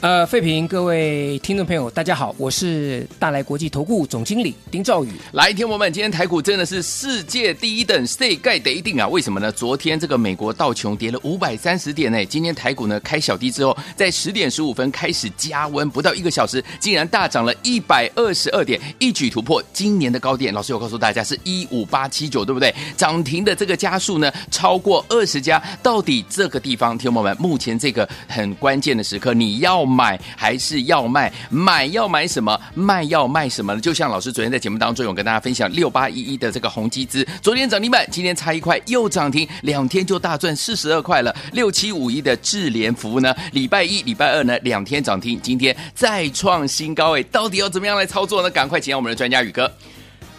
呃，费平，各位听众朋友，大家好，我是大来国际投顾总经理丁兆宇。来，听我们，今天台股真的是世界第一等，世界得一定啊！为什么呢？昨天这个美国道琼跌了五百三十点呢，今天台股呢开小低之后，在十点十五分开始加温，不到一个小时，竟然大涨了一百二十二点，一举突破今年的高点。老师有告诉大家是一五八七九，对不对？涨停的这个家数呢超过二十家，到底这个地方，听我们，目前这个很关键的时刻，你要买还是要卖？买要买什么？卖要卖什么呢？就像老师昨天在节目当中有跟大家分享六八一一的这个宏基资，昨天涨停板，今天差一块又涨停，两天就大赚四十二块了。六七五一的智联服务呢，礼拜一、礼拜二呢两天涨停，今天再创新高哎，到底要怎么样来操作呢？赶快请我们的专家宇哥。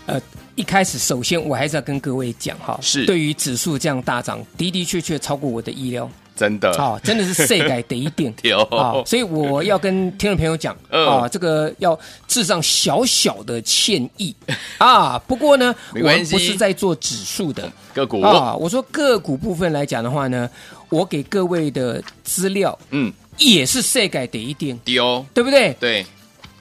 呃，一开始首先我还是要跟各位讲哈，是对于指数这样大涨，的的确确超过我的意料，真的好、真的是世改得一 点有啊、所以我要跟听众朋友讲啊、嗯这个要致上小小的歉 意啊。不过呢，我没关们不系哦是在做指数的个股，啊，我说个股部分来讲的话呢，我给各位的资料嗯，也是世改得一点，丢，对不对？对，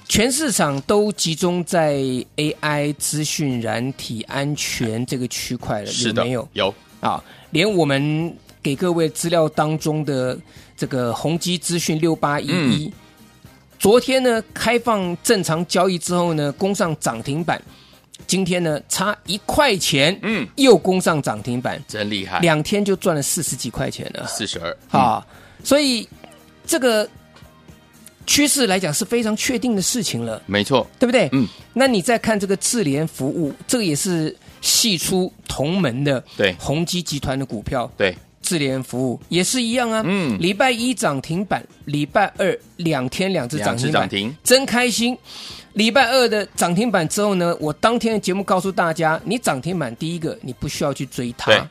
全市场都集中在 AI 资讯、软体安全这个区块了，是有的，没有有，啊？连我们给各位资料当中的这个宏基资讯六八一嗯一，昨天呢开放正常交易之后呢，攻上涨停板，今天呢差一块钱，嗯，哎又攻上涨停板，真厉害，两天就赚了四十几块钱了。四十二，嗯啊，所以这个趋势来讲是非常确定的事情了，没错，对不对？嗯，那你再看这个智联服务，这个也是系出同门的，对宏基集团的股票，对，智联服务也是一样啊。嗯礼拜一涨停板，礼拜二两天两只涨停两板，只涨停真开心。礼拜二的涨停板之后呢，我当天的节目告诉大家，你涨停板第一个你不需要去追对它，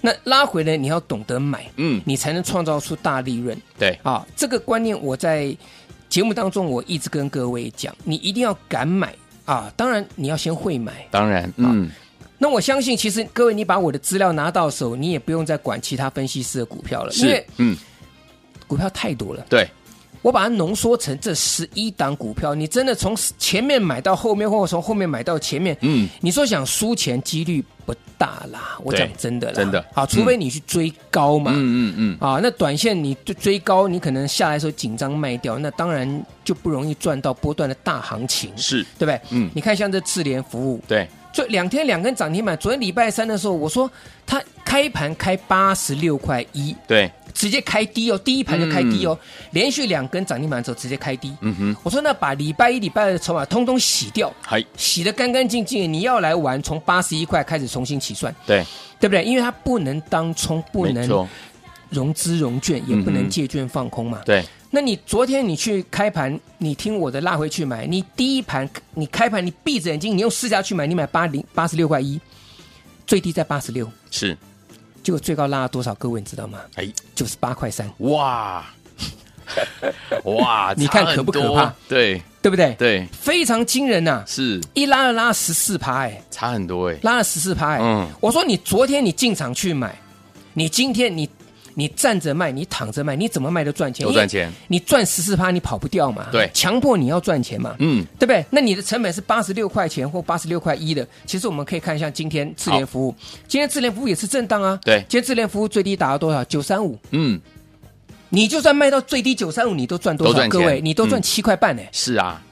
那拉回呢你要懂得买，嗯，你才能创造出大利润对，啊！这个观念我在节目当中我一直跟各位讲，你一定要敢买啊！当然你要先会买。当然，嗯，那我相信，其实各位你把我的资料拿到手，你也不用再管其他分析师的股票了，因为是，嗯，股票太多了。对，我把它浓缩成这十一档股票，你真的从前面买到后面，或者从后面买到前面，嗯，你说想输钱几率不大啦。我对讲真的啦，真的嗯好，除非你去追高嘛，嗯嗯嗯，啊，那短线你追追高，你可能下来的时候紧张卖掉，那当然就不容易赚到波段的大行情，是，对不对？嗯你看像这智联服务，对，就两天两根涨停板，昨天礼拜三的时候，我说它开盘开八十六块一，对，直接开低哦，第一盘就开低哦，连续两根涨停板之后直接开低。嗯哼，我说那把礼拜一、礼拜二的筹码通通洗掉，嗨，洗得干干净净，你要来玩，从八十一块开始重新起算，对，对不对？因为它不能当冲，不没能错，融资融券，也不嗯能哼借券放空嘛。对，那你昨天你去开盘，你听我的拉回去买，你第一盘你开盘你闭着眼睛，你用市价去买，你买八零八十六块一，最低在八十六，是，结果最高拉了多少？各位你知道吗？哎，九十八块三，哇， 哇， 你看差很可不可多怕？对对不对？，对，非常惊人呐、啊是一拉了拉十四趴，哎，差很多哎，拉了十四趴，哎，嗯我说你昨天你进场去买，你今天你你站着卖，你躺着卖，你怎么卖都赚钱，都赚钱，你赚十四趴你跑不掉嘛，对强迫你要赚钱嘛，嗯，对不对？那你的成本是八十六块钱或八十六块一的，其实我们可以看一下今天智联服务，今天智联服务也是震荡啊。对今天智联服务最低打到多少？九三五。嗯，你就算卖到最低九三五，你都赚多都少？赚钱各位，你都赚嗯七块半呢、是啊，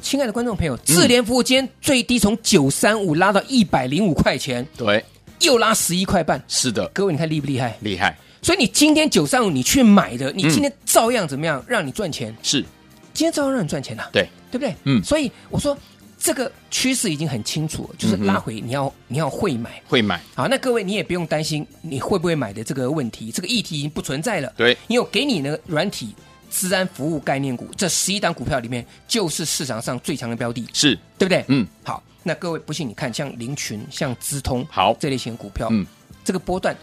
亲爱的观众朋友，智联服务今天最低从九三五拉到一百零五块钱，对，又拉十一块半。是的，各位，你看厉不厉害？厉害，所以你今天九三五你去买的，嗯你今天照样怎么样让你赚钱？是今天照样让你赚钱呐、啊对，对不对？嗯所以我说这个趋势已经很清楚了，嗯就是拉回你要、你要会买。会买，好，那各位你也不用担心你会不会买的这个问题，这个议题已经不存在了。对因为我给你呢软体治安服务概念股这十一档股票里面，就是市场上最强的标的，是，对不对？嗯，好，那各位不信你看，像林群、像资通，好这类型的股票，嗯，这个波段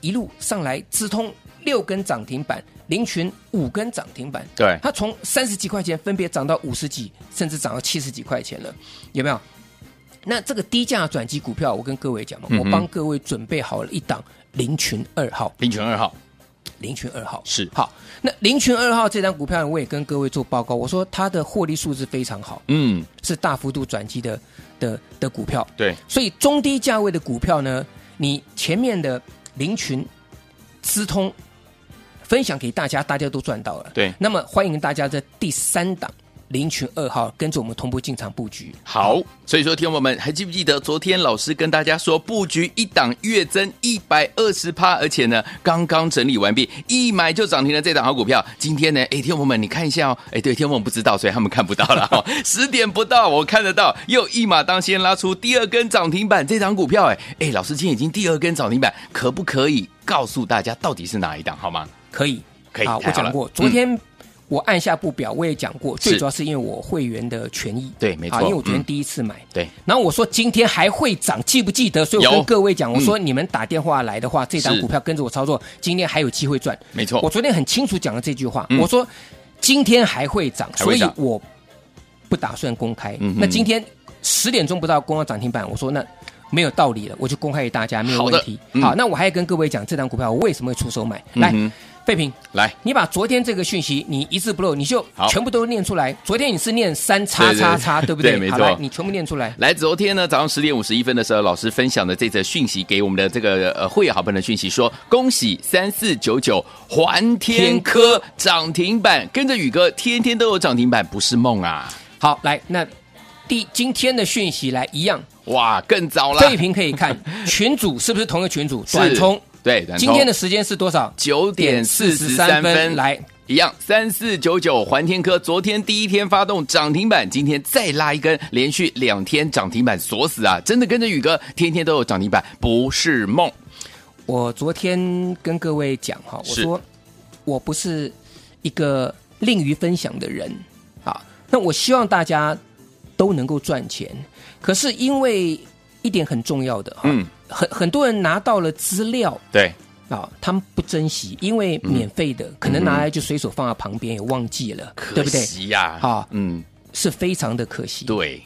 一路上来，资通六根涨停板，林群五根涨停板，对它从三十几块钱分别涨到五十几，甚至涨到七十几块钱了，有没有？那这个低价转机股票，我跟各位讲嘛，嗯哼我帮各位准备好了一档林群二号，林泉二号林群二号是好。那林群二号这张股票，我也跟各位做报告，我说它的获利数字非常好，嗯，是大幅度转机的的的股票。对，所以中低价位的股票呢，你前面的林群、资通分享给大家，大家都赚到了。对那么欢迎大家在第三档林群二号跟着我们同步进场布局。好，所以说，听众朋友们还记不记得昨天老师跟大家说，布局一档月增一百二十趴，而且呢，刚刚整理完毕，一买就涨停的这档好股票，今天呢，哎，听众朋友们你看一下哦，哎，对，听众朋友们不知道，所以他们看不到了哦，十点不到我看得到，又一马当先拉出第二根涨停板，这档股票，哎，哎，老师今天已经第二根涨停板，可不可以告诉大家到底是哪一档好吗？可以，可以好，太我好了讲过嗯，昨天我按下不表，我也讲过，是最主要是因为我会员的权益，对没错好因为我昨天嗯第一次买，对，然后我说今天还会涨，记不记得？所以我有跟各位讲，我嗯说你们打电话来的话，这档是股票跟着我操作，今天还有机会赚。没错我昨天很清楚讲了这句话，嗯我说今天还会涨，还所会以涨我不打算公开。嗯哼那今天十点钟不到公告涨停板，我说那没有道理了，我就公开给大家，没有好的问题。嗯好，那我还跟各位讲这档股票我为什么会出手买。嗯来哼，费平，来，你把昨天这个讯息，你一字不漏，你就好全部都念出来。昨天你是念三叉叉叉，对对对对不对？对没错好来你全部念出来。来，昨天呢早上十点五十一分的时候，老师分享的这则讯息给我们的这个呃会员好朋友的讯息说，恭喜三四九九环天科涨停板，跟着宇哥天天都有涨停板，不是梦啊！好，来，那第今天的讯息来一样，哇，更早啦，这一屏可 以看群主是不是同一个群主？是短冲，对，短冲今天的时间是多少？九点四十三分来，一样，三四九九环天科，昨天第一天发动涨停板，今天再拉一根，连续两天涨停板锁死啊！真的跟着宇哥天天都有涨停板，不是梦。我昨天跟各位讲哈，我是说我不是一个吝于分享的人啊，那我希望大家都能够赚钱，可是因为一点很重要的哈，嗯很很多人拿到了资料。对，啊，他们不珍惜，因为嗯免费的、可能拿来就随手放在旁边，也忘记了，对嗯可不对？惜呀、好嗯，是非常的可惜。，对，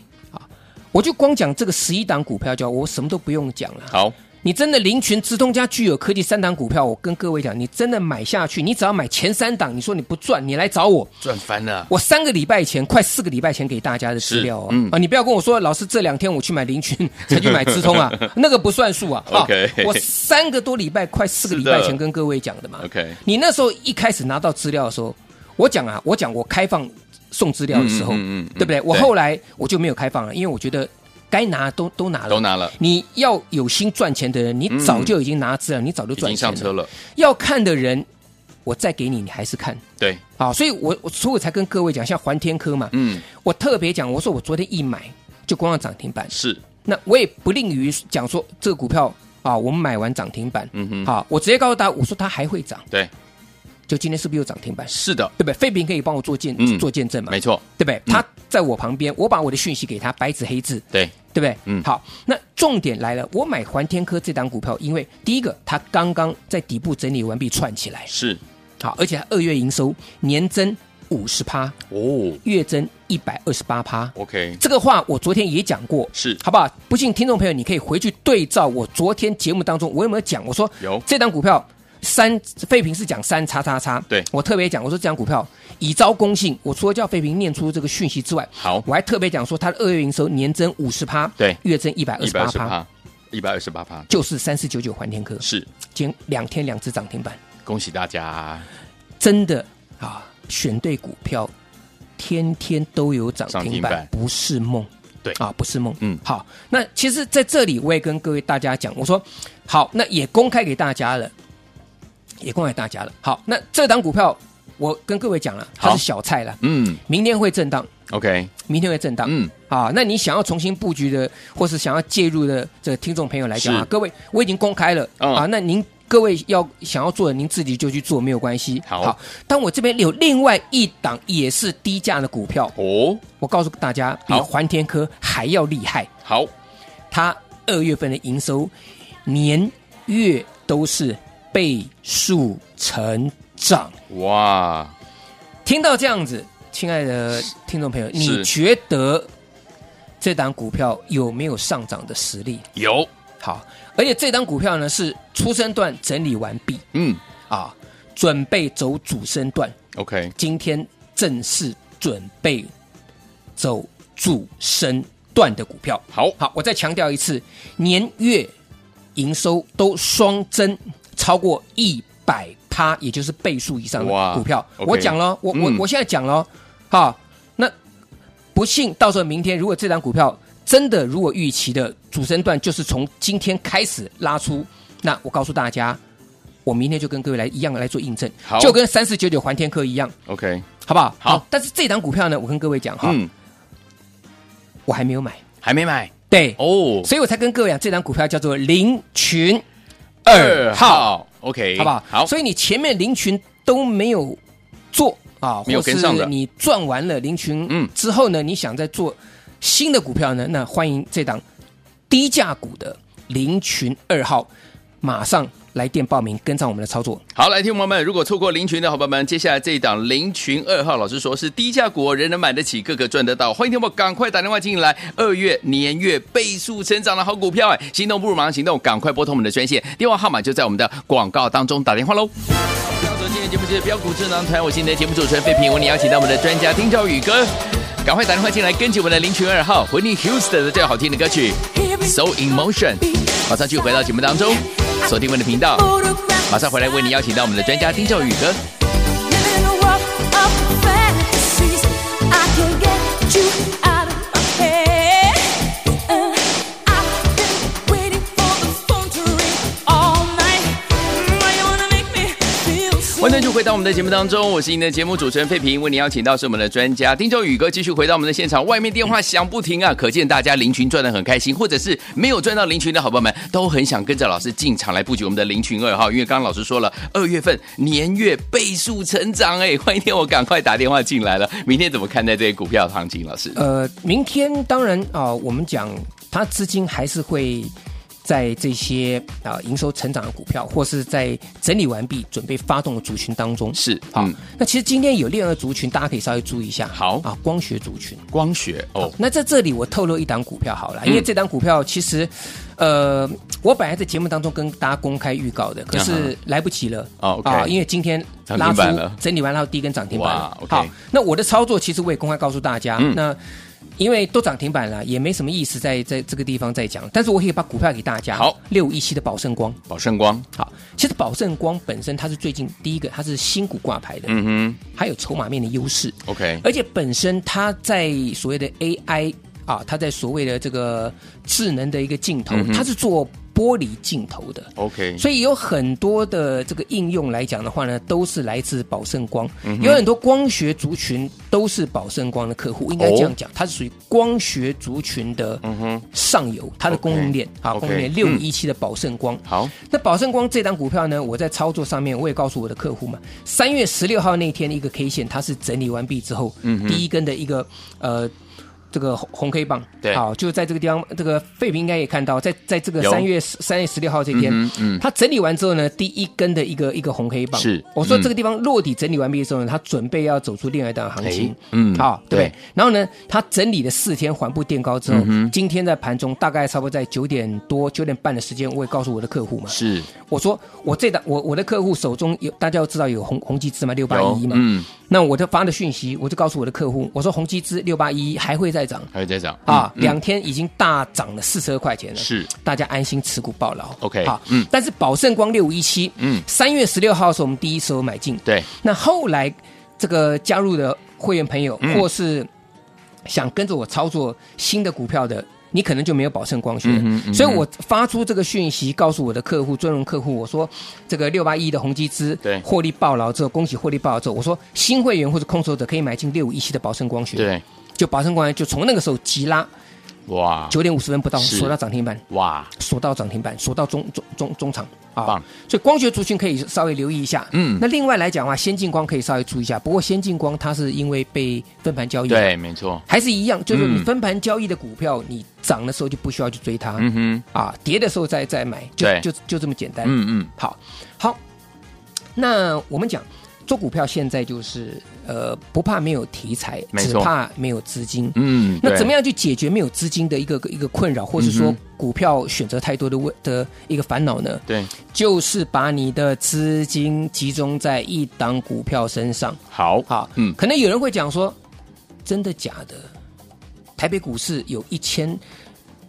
我就光讲这个十一档股票就好，我什么都不用讲了。好，你真的林群、资通加具有科技三档股票，我跟各位讲，你真的买下去，你只要买前三档，你说你不赚，你来找我，赚翻了，我三个礼拜前，快四个礼拜前给大家的资料哦，是嗯啊，你不要跟我说老师这两天我去买林群才去买资通 啊，那个不算数啊。啊 OK 我三个多礼拜，快四个礼拜是前的跟各位讲的嘛。 OK 你那时候一开始拿到资料的时候，我讲啊，我讲我开放送资料的时候，嗯嗯嗯嗯对不对？我对后来我就没有开放了，因为我觉得该拿都都拿了，都拿了你要有心赚钱的人，你早就已经拿资料，你早嗯就已赚经钱上车了，要看的人，我再给你，你还是看。对，啊，所以我我所以我才跟各位讲，像环天科嘛，嗯，我特别讲，我说我昨天一买就光要涨停板，是，那我也不吝于讲说这个股票啊，我们买完涨停板，嗯哼，好、我直接告诉大家，我说它还会涨，对，就今天是不是又涨停板？是的，对不对？废品可以帮我做见、嗯做见证嘛？没错，对不对？嗯他在我旁边，我把我的讯息给他，白纸黑字，对，对不对？嗯好，那重点来了，我买环天科这档股票，因为第一个，它刚刚在底部整理完毕串起来，是，好，而且它二月营收年增五十趴，哦月增一百二十八趴。 ，OK，这个话我昨天也讲过，是好不好？不信听众朋友，你可以回去对照我昨天节目当中我有没有讲，我说有这档股票三废平是讲三叉叉叉，对我特别讲我说这档股票以招公信，我除了叫废平念出这个讯息之外，好我还特别讲说它的二月营收年增五十趴，对月增一百二一十百八二十趴，趴，一百二十八趴，就是三四九九环天科，是，今两天两只涨停板，恭喜大家，真的啊，选对股票，天天都有涨涨停停板板不是梦。对啊，不是梦。嗯好，那其实在这里我也跟各位大家讲，我说好，那也公开给大家了，也公开给大家了。好，那这档股票我跟各位讲了，它好是小菜了，嗯明天会震荡， ，OK，明天会震荡。嗯，啊，那你想要重新布局的，或是想要介入的这个听众朋友来讲是啊，各位，我已经公开了、嗯啊，那您各位要想要做的，您自己就去做，没有关系。好但我这边有另外一档也是低价的股票，哦，我告诉大家，比好环天科还要厉害，好，它二月份的营收年月都是倍数成长。哇，听到这样子，亲爱的听众朋友，是你觉得这档股票有没有上涨的实力？有，好，而且这档股票呢是初升段整理完毕嗯啊，准备走主升段， ，OK，今天正式准备走主升段的股票。好，好，我再强调一次，年月营收都双增超过一百趴，也就是倍数以上哇的股票。 OK 我讲了，我我、嗯我现在讲了，好，那不信到时候明天如果这档股票真的如果预期的主升段就是从今天开始拉出，那我告诉大家，我明天就跟各位来一样来做印证好，就跟三四九九环天科一样， ，OK，好不好？好但是这档股票呢，我跟各位讲哈，嗯，我还没有买，还没买对，哦，所以我才跟各位讲，这张股票叫做林群二号， ，OK，好不好？好，所以你前面林群都没有做啊，没有跟上的或是你赚完了林群，嗯嗯，之后呢，你想再做新的股票呢，那欢迎这档低价股的林群二号，马上来电报名，跟上我们的操作。好，来，听众朋友们，如果错过林群的伙伴们，接下来这一档林群二号，老师说是低价股哦，人人买得起，个个赚得到。欢迎听众朋友赶快打电话进来，二月年月倍数成长的好股票，哎，心动不如马上行动，赶快拨通我们的专线，电话号码就在我们的广告当中，打电话喽。标准今天节目是标股智囊团，我是你的节目主持人费平，为你邀请到我们的专家丁兆宇哥，赶快打电话进来，跟紧我们的林群二号，回你 Houston 的最好听的歌曲《Soul in Motion》，马上去回到节目当中，锁定我们的频道。马上回来为你邀请到我们的专家丁兆宇哥。欢迎继续回到我们的节目当中，我是您的节目主持人费平，为您邀请到是我们的专家丁兆宇哥，继续回到我们的现场。外面电话响不停啊，可见大家林群赚的很开心，或者是没有赚到林群的好朋友们，都很想跟着老师进场来布局我们的林群二号，因为刚刚老师说了，二月份年月倍数成长，哎，欢迎天我赶快打电话进来了。明天怎么看待这些股票的行情？老师，呃，明天当然啊、我们讲它资金还是会在这些啊、营收成长的股票，或是在整理完毕准备发动的族群当中。是好、嗯那其实今天有另外一个族群，大家可以稍微注意一下。好啊，光学族群。光学哦，嗯那在这里我透露一档股票好了，因为这档股票其实，呃，我本来在节目当中跟大家公开预告的，可嗯是来不及了啊哦，OK 因为今天涨拉停出板了整理完然后第一根涨停板哇了。 ，OK 好，那我的操作其实我也公开告诉大家，嗯那因为都涨停板了，也没什么意思在在这个地方再讲，但是我可以把股票给大家。好，六一七的宝盛光，宝盛光，好，其实宝盛光本身它是最近第一个，它是新股挂牌的，嗯还有筹码面的优势。哼，OK，而且本身它在所谓的 AI 啊，它在所谓的这个智能的一个镜头，嗯哼它是做玻璃镜头的。 OK，所以有很多的这个应用来讲的话呢，都是来自宝盛光，嗯有很多光学族群都是宝盛光的客户，应该这样哦讲，它是属于光学族群的上游，它的供应链嗯 OK，啊，供应链 OK，六嗯一七的宝盛光。好，那宝盛光这档股票呢，我在操作上面我也告诉我的客户嘛，三月十六号那天一个 K 线，它是整理完毕之后，嗯第一根的一个呃。这个红红 K 棒，对好，就在这个地方，这个废品应该也看到，在在这个有三月三月十六号这天，嗯嗯它整理完之后呢，第一根的一个一个红 K 棒，是我说嗯这个地方落底整理完毕之后呢，它准备要走出另外一档行情哎，嗯好，对不对对然后呢，它整理了四天缓步垫高之后，嗯今天在盘中大概差不多在九点多九点半的时间，我也告诉我的客户嘛，是我说我这档我我的客户手中有，大家要知道有宏宏基资嘛，六八有一嘛，嗯，那我就发的讯息，我就告诉我的客户，我说宏基资六八一还会再涨还有在涨啊，嗯嗯两天已经大涨了四十二块钱了，是大家安心持股抱牢 OK，好，嗯嗯，但是宝盛光六五一七，嗯嗯，三月十六号是我们第一时候买进，对，那后来这个加入的会员朋友嗯或是想跟着我操作新的股票的，你可能就没有保证光学了。嗯哼嗯哼所以我发出这个讯息，告诉我的客户、尊荣客户，我说这个六八一的宏基资对获利爆牢之后，恭喜获利爆牢之后，我说新会员或者空手者可以买进六五一七的保证光学。，对，就保证光学就从那个时候急拉哇，九点五十分不到是锁到涨停板。哇，锁到涨停板，锁到中中中中场啊棒，所以光学族群可以稍微留意一下。嗯那另外来讲的话，先进光可以稍微注意一下。不过先进光它是因为被分盘交易，，对，没错，还是一样，就是你嗯分盘交易的股票，你涨的时候就不需要去追它，嗯哼，啊，跌的时候再再买，就对就就这么简单。，嗯嗯，好，好，那我们讲做股票现在就是呃，不怕没有题材，没只错怕没有资金。嗯，那怎么样？样去解决没有资金的一个一个困扰，或是说嗯股票选择太多的问的一个烦恼呢？对，就是把你的资金集中在一档股票身上。好，好，嗯嗯，可能有人会讲说，真的假的？台北股市有一千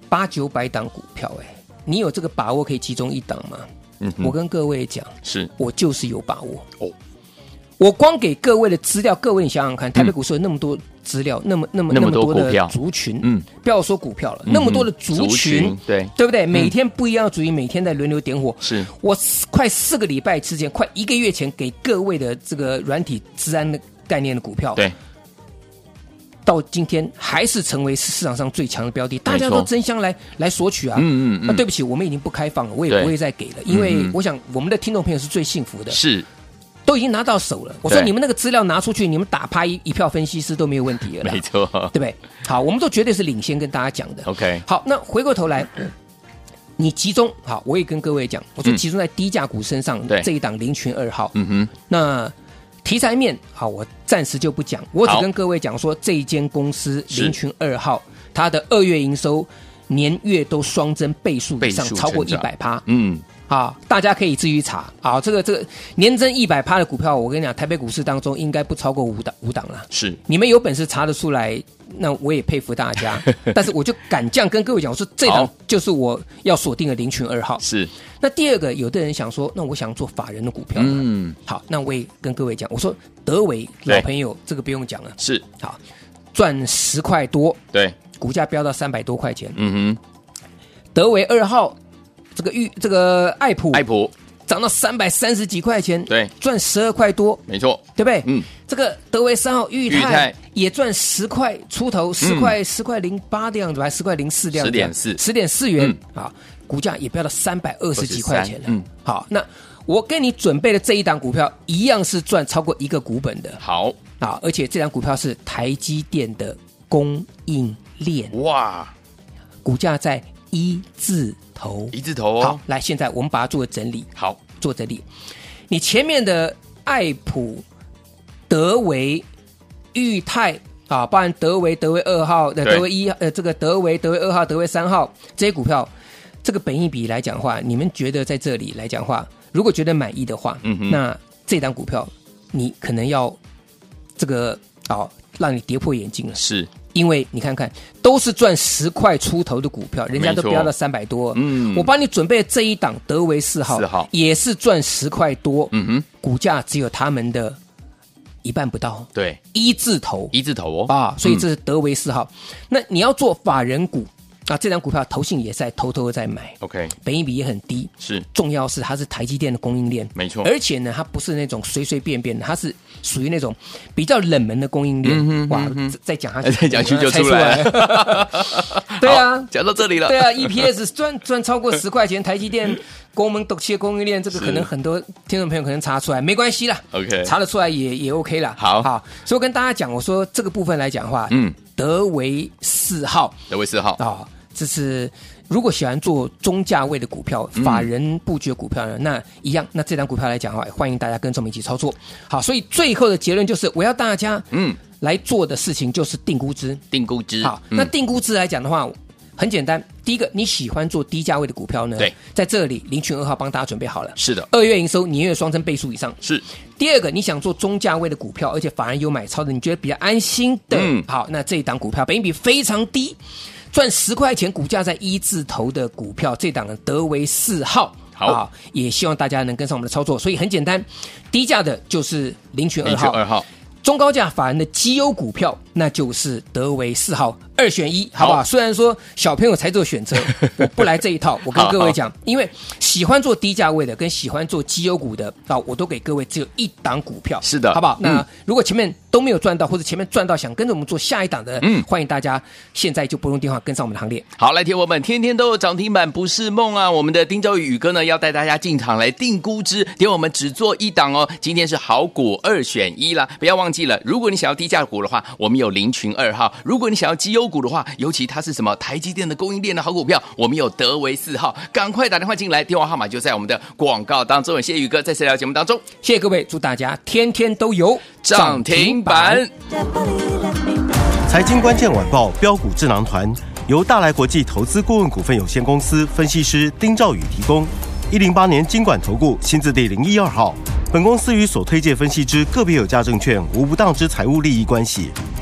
八九百档股票、哎，你有这个把握可以集中一档吗？嗯哼，我跟各位讲，是我就是有把握哦哦。我光给各位的资料，各位你想想看，台北股市有那么多资料，那么那么那么多多股的票族群，嗯嗯，不要说股票了，那么多的族群，对，对不对？每天不一样的族群，每天在轮流点火。是我四快四个礼拜之前，快一个月前给各位的这个软体治安的概念的股票，对，到今天还是成为市场上最强的标的，大家没错都争相来来索取啊。嗯嗯嗯那对不起，我们已经不开放了，我也对不会再给了，因为嗯嗯我想我们的听众朋友是最幸福的，是，都已经拿到手了。我说对你们那个资料拿出去，你们打趴一一票分析师都没有问题了啦，没错对不对？好，我们都绝对是领先跟大家讲的。 ，OK，好，那回过头来，你集中好，我也跟各位讲，我说嗯集中在低价股身上、对这一档零群二号。嗯哼，那题材面好，我暂时就不讲，我只好跟各位讲说，这一间公司是零群二号，它的二月营收年月都双增倍数以上倍，数超过一成长百趴嗯，啊！大家可以自己查啊。这个这个年增一百趴的股票，我跟你讲，台北股市当中应该不超过五档五档啦。是，你们有本事查得出来，那我也佩服大家。但是我就敢这样跟各位讲，我说这档好就是我要锁定的零群二号。是，那第二个，有的人想说，那我想做法人的股票。嗯，嗯，好，那我也跟各位讲，我说德维对老朋友，这个不用讲了，是，好，赚十块多，对，股价飙到三百多块钱。嗯哼，德维二号，这个玉这个爱普爱普，涨到三百三十几块钱，对，赚十二块多，没错，对不对？嗯，这个德维三号裕裕泰嗯泰也赚十块出头，十块十块零八的样子吧，还十块零四的样子，啊10.4十点四元啊，股价也飙到三百二十几块钱了。嗯，好，那我跟你准备的这一档股票一样是赚超过一个股本的好，啊，而且这档股票是台积电的供应链，哇，股价在一字头。一字头好哦，，来，现在我们把它做个整理，好，做整理。你前面的爱普、德维、裕泰啊，包含德维、德维二号、呃、对德维一呃，这个德维、德维二号、德维三号这些股票，这个本益比来讲的话，你们觉得在这里来讲的话，如果觉得满意的话，嗯哼那这档股票你可能要这个哦，让你跌破眼镜了。是，因为你看看，都是赚十块出头的股票，人家都没错飙到三百多。嗯我帮你准备的这一档德维四号，四号也是赚十块多，嗯哼，股价只有他们的一半不到，对，一字头一字头哦，啊，所以嗯这是德维四号。那你要做法人股啊，这档股票投信也在偷偷的在买， ，OK，本益比也很低。是，重要是它是台积电的供应链，没错而且呢，它不是那种随随便便的，它是属于那种比较冷门的供应链。嗯哇，再再讲下去， 再讲下去就猜出来出来了。 对啊好，讲到这里了，对啊，EPS 赚赚超过十块钱，台积电公门独切供应链，这个可能很多听众朋友可能查出来，没关系啦 OK 查得出来也也 OK 啦。好好，所以我跟大家讲，我说这个部分来讲的话，嗯，德维四号德维四号，啊、这是如果喜欢做中价位的股票，嗯法人布局的股票呢，那一样，那这档股票来讲的话，欢迎大家跟着我们一起操作。好，所以最后的结论就是，我要大家嗯，来做的事情就是定估值。定估值，好，嗯那定估值来讲的话，很简单，第一个你喜欢做低价位的股票呢，对，在这里林群二号帮大家准备好了，是的，二月营收年月双增倍数以上。是，第二个，你想做中价位的股票，而且法人有买超的，你觉得比较安心的，嗯好，那这一档股票本益比非常低，赚十块钱，股价在一字头的股票，这档的德维四号。好啊也希望大家能跟上我们的操作。所以很简单，低价的就是零群二零九号，二号，中高价法人的绩优股票，那就是德维四号，二选一，好不好？好虽然说小朋友才 做选择，我不来这一套。我跟各位讲，因为喜欢做低价位的跟喜欢做绩优股的啊，我都给各位只有一档股票，是的好不好？嗯那如果前面都没有赚到，或者前面赚到想跟着我们做下一档的，嗯欢迎大家现在就拨通电话跟上我们的行列。好，来，听我们天天都有涨停板不是梦啊！我们的丁兆宇宇哥呢，要带大家进场来定估值，点我们只做一档哦。今天是好股二选一啦，不要忘记了，如果你想要低价股的话，我们有林群二号；如果你想要绩优股的话，尤其它是什么台积电的供应链的好股票，我们有德维四号。赶快打电话进来，电话号码就在我们的广告当中。谢谢宇哥在这条节目当中谢谢各位，祝大家天天都有涨停板。财经关键晚报标股智囊团由大来国际投资顾问股份有限公司分析师丁兆宇提供。一零八年经管投顾新字第零一二号。本公司与所推介分析之个别有价证券无不当之财务利益关系。